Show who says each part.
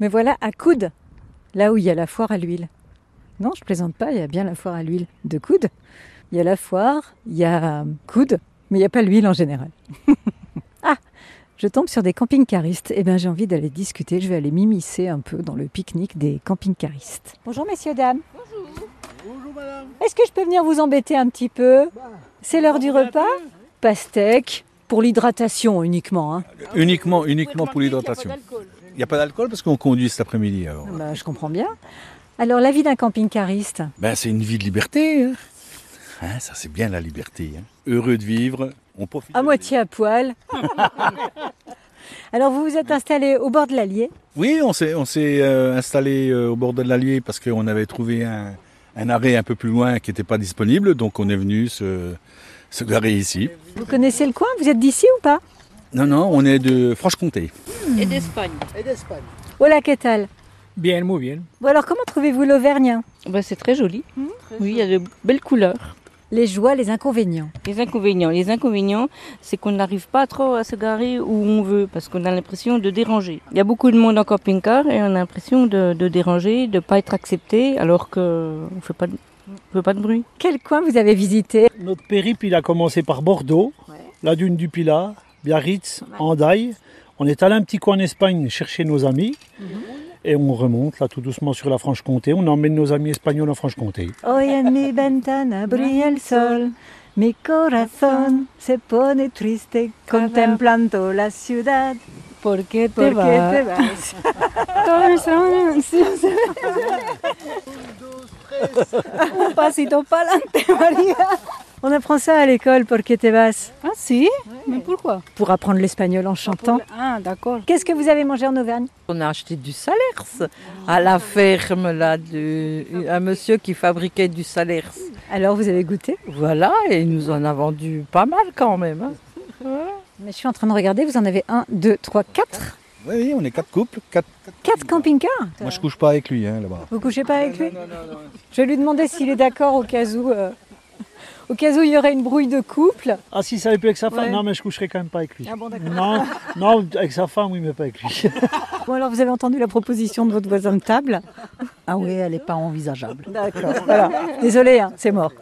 Speaker 1: Me voilà à coude, là où il y a la foire à l'huile. Non, je plaisante pas, il y a bien la foire à l'huile de coude. Il y a la foire, il y a coude, mais il n'y a pas l'huile en général. ah Je tombe sur des camping-caristes. Eh bien, j'ai envie d'aller discuter, je vais aller m'immiscer un peu dans le pique-nique des camping-caristes. Bonjour, messieurs, dames.
Speaker 2: Bonjour madame. Bah,
Speaker 1: Est-ce que je peux venir vous embêter un petit peu C'est l'heure du repas Pastèque, pour l'hydratation uniquement.
Speaker 2: Ah,
Speaker 1: hein.
Speaker 2: Uniquement, uniquement pour l'hydratation. Il n'y a pas d'alcool parce qu'on conduit cet après-midi. alors.
Speaker 1: Bah, je comprends bien. Alors, la vie d'un camping-cariste
Speaker 2: Ben, c'est une vie de liberté. hein. Hein, ça, c'est bien la liberté. hein. Heureux de vivre, on profite.
Speaker 1: À
Speaker 2: de-
Speaker 1: moitié à poil. Alors vous vous êtes installé au bord de l'Allier.
Speaker 2: Oui, on s'est, on s'est euh, installé euh, au bord de l'Allier parce qu'on avait trouvé un, un arrêt un peu plus loin qui n'était pas disponible. Donc, on est venu se, se garer ici.
Speaker 1: Vous connaissez le coin Vous êtes d'ici ou pas
Speaker 2: Non, non, on est de Franche-Comté.
Speaker 3: et d'Espagne.
Speaker 1: Hola, qu'est-ce tal
Speaker 4: Bien, muy bien.
Speaker 1: Bon alors comment trouvez-vous l'Auvergne
Speaker 3: Bah, c'est très joli. oui, il y a de belles couleurs.
Speaker 1: Les joies, les inconvénients.
Speaker 3: Les inconvénients, les inconvénients, c'est qu'on n'arrive pas trop à se garer où on veut parce qu'on a l'impression de déranger. Il y a beaucoup de monde en camping-car et on a l'impression de, de déranger, de pas être accepté alors qu'on ne fait pas de, on fait pas de bruit.
Speaker 1: Quel coin vous avez visité
Speaker 5: Notre périple, il a commencé par Bordeaux, la dune du Pilat, Biarritz, Andaille. On est allé un petit coin en Espagne chercher nos amis. Et on remonte là tout doucement sur la Franche-Comté. On emmène nos amis espagnols en Franche-Comté.
Speaker 1: Hoy en mi ventana brilla el sol. Mi corazón se pone triste contemplando la ciudad.
Speaker 3: Porque
Speaker 1: ¿Por qué te vas On apprend ça à l'école, por qué te vas
Speaker 6: Ah si Mais pourquoi
Speaker 1: Pour apprendre l'espagnol en chantant.
Speaker 6: Ah d'accord.
Speaker 1: Qu'est-ce que vous avez mangé en Auvergne
Speaker 7: On a acheté du salers à la ferme, là, de, un monsieur qui fabriquait du salers.
Speaker 1: Alors vous avez goûté
Speaker 7: Voilà, et il nous en a vendu pas mal quand même. hein.
Speaker 1: Mais je suis en train de regarder, vous en avez un, deux, trois, quatre.
Speaker 2: Oui, oui, on est quatre couples. Quatre...
Speaker 1: Quatre camping-cars
Speaker 2: Moi, je couche pas avec lui hein, là-bas.
Speaker 1: Vous couchez pas avec lui Je vais lui demander s'il est d'accord au cas où. euh, Au cas où il y aurait une brouille de couple.
Speaker 5: Ah si, ça avait plus avec sa femme
Speaker 1: Ouais. Ah
Speaker 5: Non, mais je coucherai quand même pas avec lui.
Speaker 1: bon,
Speaker 5: Non, non, avec sa femme, oui, mais pas avec lui.
Speaker 1: alors vous avez entendu la proposition de votre voisin de table
Speaker 7: Ah oui, elle n'est pas envisageable.
Speaker 1: D'accord, voilà. Désolé, hein, c'est mort.